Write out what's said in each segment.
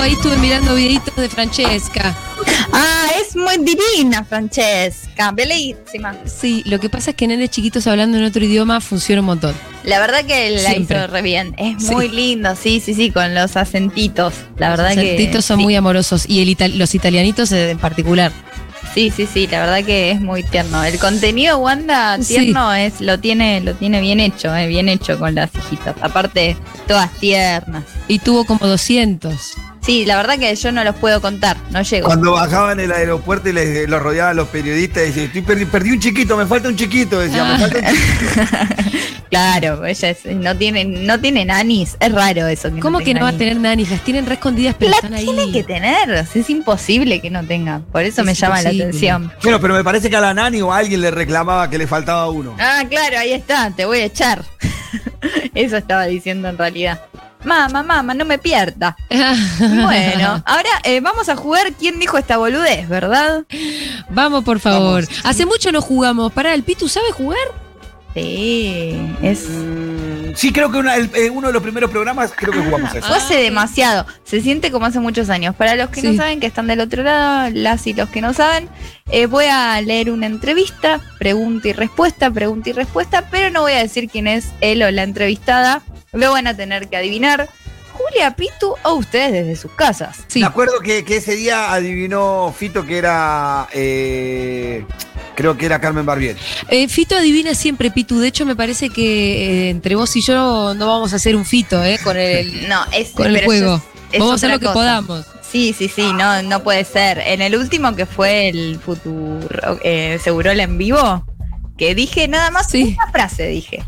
ahí estuve mirando videitos de Francesca. Ah, es muy divina Francesca, bellísima. Sí, lo que pasa es que nenes chiquitos hablando en otro idioma funciona un montón. La verdad que la Siempre. hizo re bien. Es Sí. muy lindo, sí, sí, sí, con los acentitos. La verdad los que. artistas son sí. muy amorosos y el ital- los italianitos en particular. Sí, sí, sí, la verdad que es muy tierno. El contenido Wanda Sí. tierno es lo tiene lo tiene bien hecho, eh, bien hecho con las hijitas. Aparte, todas tiernas. Y tuvo como 200. Sí, la verdad que yo no los puedo contar, no llego. Cuando bajaban el aeropuerto y les, los rodeaban los periodistas, decían, "Estoy perdi- perdí un chiquito, me falta un chiquito, decían, Ah. me falta un chiquito. Claro, ella es- no tienen no tienen anis, es raro eso que ¿Cómo que no va a tengan tener nanis? Las tienen re escondidas, pero anis. están La ahí. tiene que tener, o sea, es imposible que no tenga. Por eso Es me llama imposible. la atención. Bueno, pero me parece que a la nani o a alguien le reclamaba que le faltaba uno. Ah, claro, ahí está, te voy a echar. eso estaba diciendo en realidad. Mamá, mamá, no me pierda. Bueno, ahora eh, vamos a jugar quién dijo esta boludez, ¿verdad? Vamos, por favor. Hace mucho no jugamos. Pará, ¿el Pitu sabe jugar? Sí, es... Mm, Sí, creo que una- el- eh, uno de los primeros programas creo que jugamos eso. Fue hace demasiado, se siente como hace muchos años. Para los que Sí. no saben, que están del otro lado, las y los que no saben, eh, voy a leer una entrevista, pregunta y respuesta, pregunta y respuesta, pero no voy a decir quién es él o la entrevistada, lo van a tener que adivinar. Julia, Pitu o ustedes desde sus casas. Sí. Me acuerdo que, que ese día adivinó Fito que era. eh, creo que era Carmen Barbier. Eh, Fito adivina siempre, Pitu. De hecho, me parece que eh, entre vos y yo no vamos a hacer un Fito, ¿eh? Con el, No, es con el pero juego. yo- es vamos a hacer otra lo que cosa. podamos. Sí, sí, sí, no, no puede ser. En el último que fue el futuro, eh, Segurola en vivo, que dije nada más Sí. una frase, dije.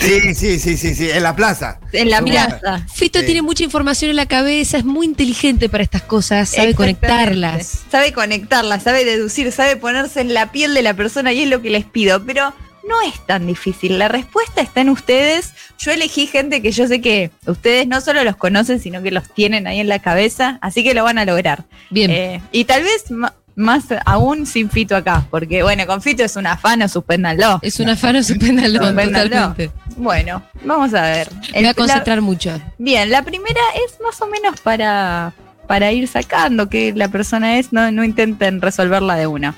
Sí, sí, sí, sí, sí, en la plaza. En la Mirá, plaza. Fito Sí. tiene mucha información en la cabeza, es muy inteligente para estas cosas, sabe Exactamente. conectarlas. Sabe conectarlas, sabe deducir, sabe ponerse en la piel de la persona y es lo que les pido. Pero no es tan difícil. La respuesta está en ustedes. Yo elegí gente que yo sé que ustedes no solo los conocen, sino que los tienen ahí en la cabeza. Así que lo van a lograr. Bien. Eh, y tal vez ma- más aún sin Fito acá, porque bueno, con Fito es un afano, suspéndanlo. Es un afano, suspéndalo Suspéndalo. totalmente. Bueno, vamos a ver. Me voy a El- la- concentrar mucho. bien, la primera es más o menos para, para ir sacando que la persona es, no, no intenten resolverla de una.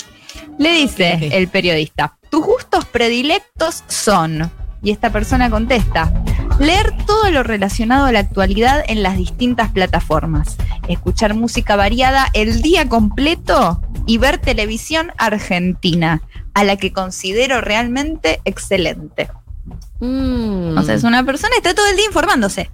Le dice ok. el periodista, tus gustos predilectos son, y esta persona contesta, leer todo lo relacionado a la actualidad en las distintas plataformas, escuchar música variada el día completo y ver televisión argentina, a la que considero realmente excelente. Mm. O sea, es una persona que está todo el día informándose.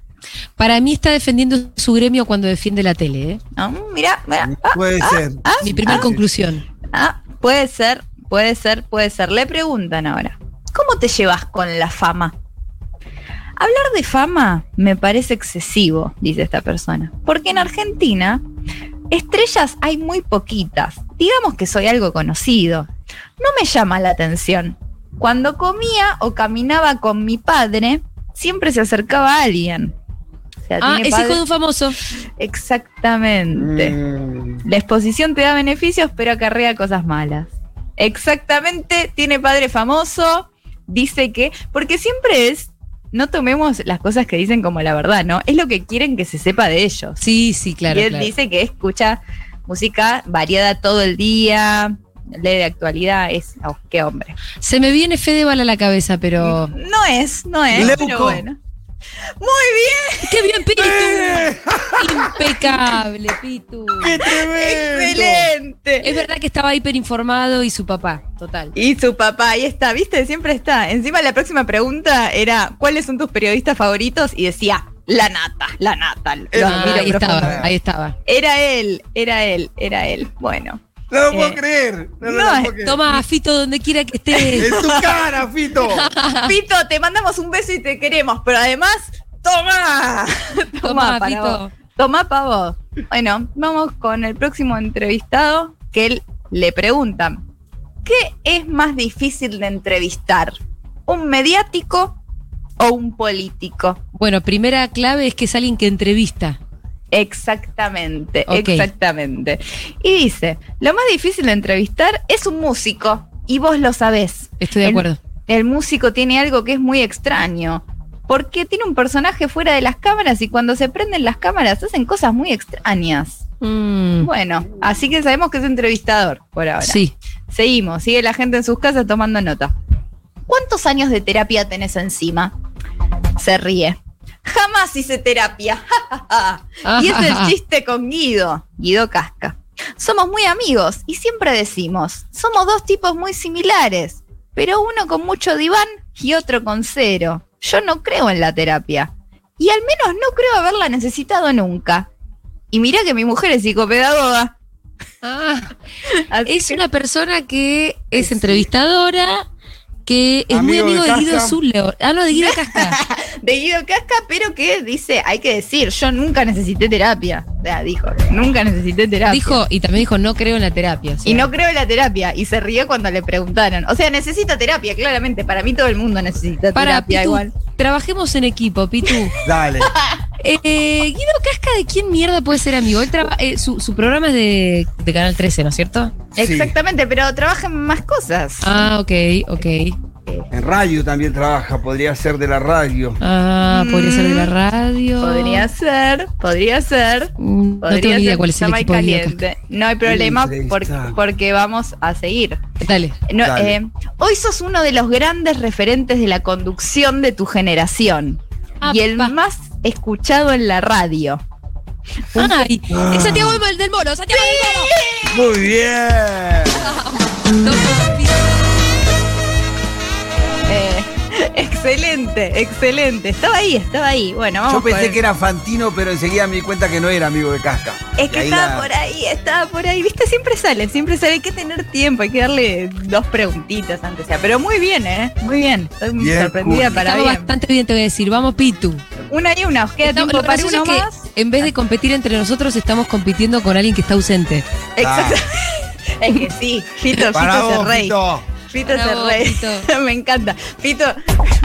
Para mí está defendiendo su gremio cuando defiende la tele. ¿eh? Ah, mira, mira, ah, Puede ser. Mi primera ah. conclusión. ah, puede ser, puede ser, puede ser. Le preguntan ahora, ¿cómo te llevas con la fama? Hablar de fama me parece excesivo, dice esta persona, porque en Argentina estrellas hay muy poquitas. Digamos que soy algo conocido. No me llama la atención. Cuando comía o caminaba con mi padre, siempre se acercaba a alguien. O sea, Ah, tiene es padre- hijo de un famoso. Exactamente. Mm, La exposición te da beneficios, pero acarrea cosas malas. Exactamente, tiene padre famoso, dice que, porque siempre es, no tomemos las cosas que dicen como la verdad, ¿no? Es lo que quieren que se sepa de ellos. Sí, sí, claro. y él claro. dice que escucha música variada todo el día, lee de actualidad, es, oh, qué hombre. Se me viene Fedeval a la cabeza, pero. No es, no es, Leuco. pero bueno. Muy ¡Qué bien, Pitu! ¡Eh! Impecable, Pitu. ¡Qué tremendo! bien, excelente. Es verdad que estaba hiperinformado y su papá, total. Y su papá, ahí está, viste, siempre está. Encima la próxima pregunta era, ¿cuáles son tus periodistas favoritos? Y decía, la nata, la nata. lo Ah, admiro ahí estaba, profundamente. ahí estaba. Era él, era él, era él. Bueno. No lo puedo Eh, creer. No, lo no, puedo creer. Toma, Fito, donde quiera que Eh, estés. En tu cara, Fito. Pito, te mandamos un beso y te queremos, pero además, toma. Toma, para vos. Fito. Tomá pa' vos. Bueno, vamos con el próximo entrevistado que él le preguntan. ¿Qué es más difícil de entrevistar? ¿Un mediático o un político? Bueno, primera clave es que es alguien que entrevista. Exactamente, Ok. exactamente. Y dice, lo más difícil de entrevistar es un músico, y vos lo sabés. Estoy de El- acuerdo. El músico tiene algo que es muy extraño. Porque tiene un personaje fuera de las cámaras y cuando se prenden las cámaras hacen cosas muy extrañas. Mm, Bueno, así que sabemos que es entrevistador por ahora. sí. Seguimos, sigue la gente en sus casas tomando nota. ¿Cuántos años de terapia tenés encima? Se ríe. Jamás hice terapia. ja, ja, ja. y este es el chiste con Guido, Guido Casca. Somos muy amigos y siempre decimos, somos dos tipos muy similares, pero uno con mucho diván y otro con cero. Yo no creo en la terapia. Y al menos no creo haberla necesitado nunca. Y mirá que mi mujer es psicopedagoga. Ah, así es que- una persona que es Sí. entrevistadora, que es Amigo muy amigo de de, Guido Casca. Zuller. Ah, no, de Guido Casca. de Guido Casca, pero que dice, hay que decir, yo nunca necesité terapia. O sea, dijo, nunca necesité terapia. dijo, y también dijo, no creo en la terapia. o sea. y no creo en la terapia. Y se rió cuando le preguntaron. O sea, necesita terapia, claramente. Para mí todo el mundo necesita Para, terapia Pitu, igual. trabajemos en equipo, Pitu. Dale. Eh, Guido Casca, ¿de quién mierda puede ser amigo? Él traba- eh, su, su programa es de, de Canal 13, ¿no es cierto? Sí. Exactamente, pero trabajan más cosas. Ah, ok, ok. En radio también trabaja, podría ser de la radio. Ah, podría ser de la Mm, radio. Podría ser, podría ser. Mm, No Podría tengo ni idea ser, cuál es el llama y equipo de Guido caliente. No hay problema Entrevista. por- porque vamos a seguir. Casca. Dale. No, Dale. eh, hoy sos uno de los grandes referentes de la conducción de tu generación Ah, y el Apa. más escuchado en la radio. Ay, Ah. es Santiago del- del Moro, Santiago Muy bien. del Moro. Eh, excelente, excelente. Estaba ahí, estaba ahí. Bueno, vamos. Yo pensé con- que era Fantino, pero enseguida me di cuenta que no era amigo de Casca. Es Y que ahí estaba la- por ahí, estaba por ahí. Viste, siempre sale, siempre sale. Hay que tener tiempo, hay que darle dos preguntitas antes. O sea, pero muy bien, ¿eh? Muy bien. Estoy Bien, sorprendida Juli. para Estamos bien. bastante bien, te voy a decir. Vamos, Pitu. Una y una. os Queda Estamos- tiempo lo para gracioso uno es que más. En vez de competir entre nosotros, estamos compitiendo con alguien que está ausente. Exacto. Es que sí, Fito, Ah. Para Fito vos, es el rey. Fito. Fito es Bravo, el rey. Pito. Me encanta. Fito,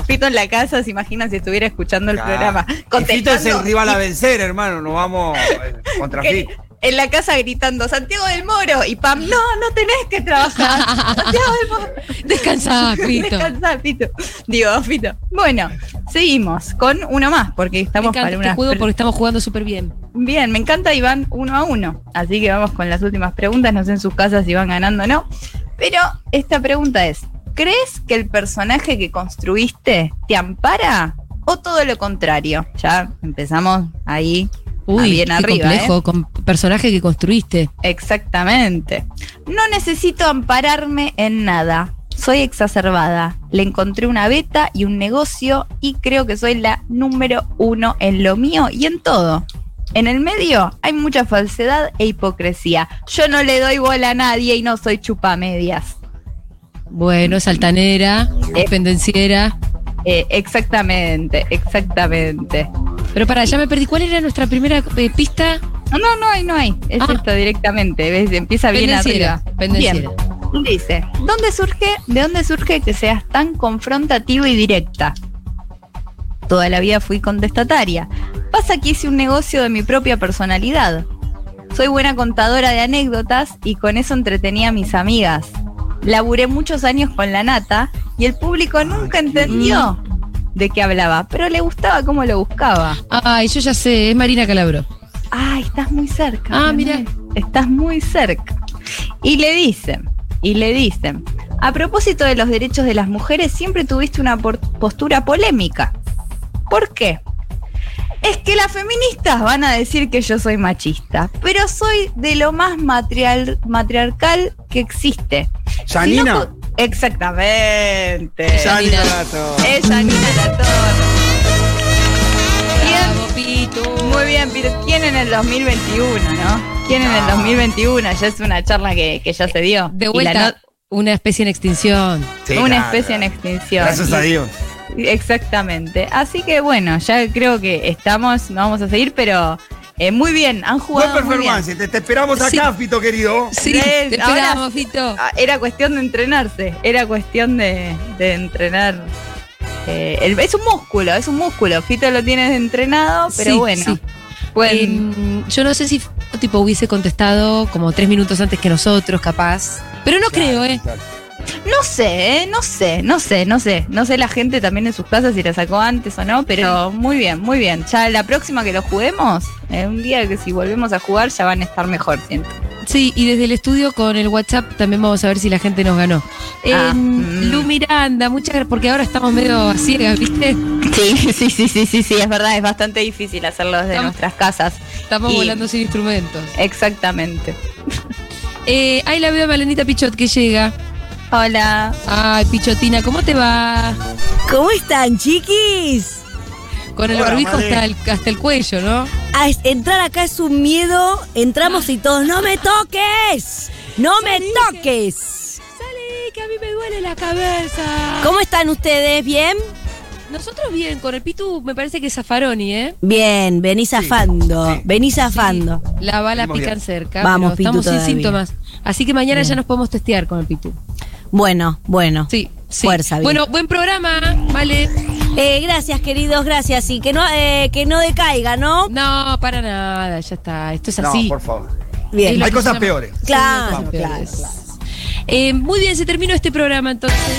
Fito en la casa, se imagina si estuviera escuchando el Ah, programa. Y Fito es el Contestando rival a vencer, hermano. Nos vamos eh, contra que- Fito. en la casa gritando, Santiago del Moro. Y Pam, no, no tenés que trabajar. Santiago del Moro. Descansa, Pito. Descansá, Fito. Digo, Fito. Bueno, seguimos con uno más, porque Me estamos encanta para este una. Ah, juego porque estamos jugando súper bien. Bien, me encanta y van uno a uno. Así que vamos con las últimas preguntas. No sé en sus casas si van ganando o no. Pero esta pregunta es: ¿crees que el personaje que construiste te ampara? ¿O todo lo contrario? Ya empezamos ahí. Uy, Ah, bien qué arriba, complejo, con personaje que construiste. Exactamente. No necesito ampararme en nada. Soy exacerbada. Le encontré una beta y un negocio y creo que soy la número uno en lo mío y en todo. En el medio hay mucha falsedad e hipocresía. Yo no le doy bola a nadie y no soy chupamedias. Bueno, es altanera, Eh. es pendenciera. Eh, exactamente, exactamente. Pero para, ya me perdí. ¿Cuál era nuestra primera eh, pista? No, no hay, no hay. Es Ah. esto directamente. ¿Ves? Empieza bien arriba. Pendenciera. Pendenciera. Dice, ¿dónde surge, ¿de dónde surge que seas tan confrontativa y directa? Toda la vida fui contestataria. Pasa que hice un negocio de mi propia personalidad. Soy buena contadora de anécdotas y con eso entretenía a mis amigas. Laburé muchos años con la nata y el público nunca qué entendió de qué hablaba, pero le gustaba cómo lo buscaba. Ay, yo ya sé, es Marina Calabro. Ay, estás muy cerca. Ah, Leonel. mirá. Estás muy cerca. Y le dicen, y le dicen, a propósito de los derechos de las mujeres, siempre tuviste una por- postura polémica. ¿Por qué? Es que las feministas van a decir que yo soy machista, pero soy de lo más matriar- matriarcal que existe. Si no Janina. co- Exactamente. Janina Janina. Lato. Es Janina la Torre. Bien Bravo, Pitu. muy bien, pero ¿quién en el 2021, no? ¿Quién en el 2021? Ya es una charla que, que ya se dio. Ah. De Y vuelta, la una especie en extinción. Sí, no- una claro. especie en extinción. Gracias a Dios. Y- Exactamente. Así que bueno, ya creo que estamos, no vamos a seguir, pero eh, muy bien, han Buen jugado muy bien. performance. Te, te esperamos Sí. acá, Fito querido. Sí, Bien, te ahora- esperamos, Fito. Ah, Era cuestión de entrenarse, era cuestión de, de entrenar. eh, el- es un músculo, es un músculo. Fito lo tienes entrenado, pero Sí, bueno. sí. pueden- Eh, yo no sé si tipo hubiese contestado como tres minutos antes que nosotros, capaz. Pero no creo, ¿eh? Claro. No, No sé, ¿eh? no sé, no sé, no sé. No sé la gente también en sus casas si la sacó antes o no, pero muy bien, muy bien. Ya la próxima que lo juguemos, eh, un día que si volvemos a jugar ya van a estar mejor, siento. Sí, y desde el estudio con el WhatsApp también vamos a ver si la gente nos ganó. Ah, Eh, mm. Lu Miranda, muchas gracias, porque ahora estamos medio a ciegas, ¿viste? Sí, sí, sí, sí, sí, sí, es verdad, es bastante difícil hacerlo desde Estamos- nuestras casas. Estamos Y- volando sin instrumentos. Exactamente. Eh, ahí la veo a Malenita Pichot que llega. Hola. Ay, Pichotina, ¿cómo te va? ¿Cómo están, chiquis? Con el Hola, barbijo Male. hasta el, hasta el cuello, ¿no? A Ah, es- entrar acá es un miedo. Entramos y todos, ¡no me toques! ¡No me toques! Sale, que a mí me duele la cabeza. ¿Cómo están ustedes? ¿Bien? Nosotros bien, con el Pitu me parece que es Zafaroni, ¿eh? Bien, vení zafando. sí. Vení zafando. La bala Estamos pican bien. cerca. Vamos, pero Pitu, Estamos sin todavía. síntomas. Así que mañana ya nos podemos testear con el Pitu. Bueno, bueno. Sí, sí. Fuerza, bien. Bueno, buen programa, ¿vale? Eh, gracias, queridos, gracias. Y que no, eh, que no decaiga, ¿no? No, para nada, ya está. Esto es No, así. por favor. Es Bien. lo Hay que cosas se llama- peores. Sí, Claro, hay cosas claro, peores. Eh, muy bien, se terminó este programa entonces.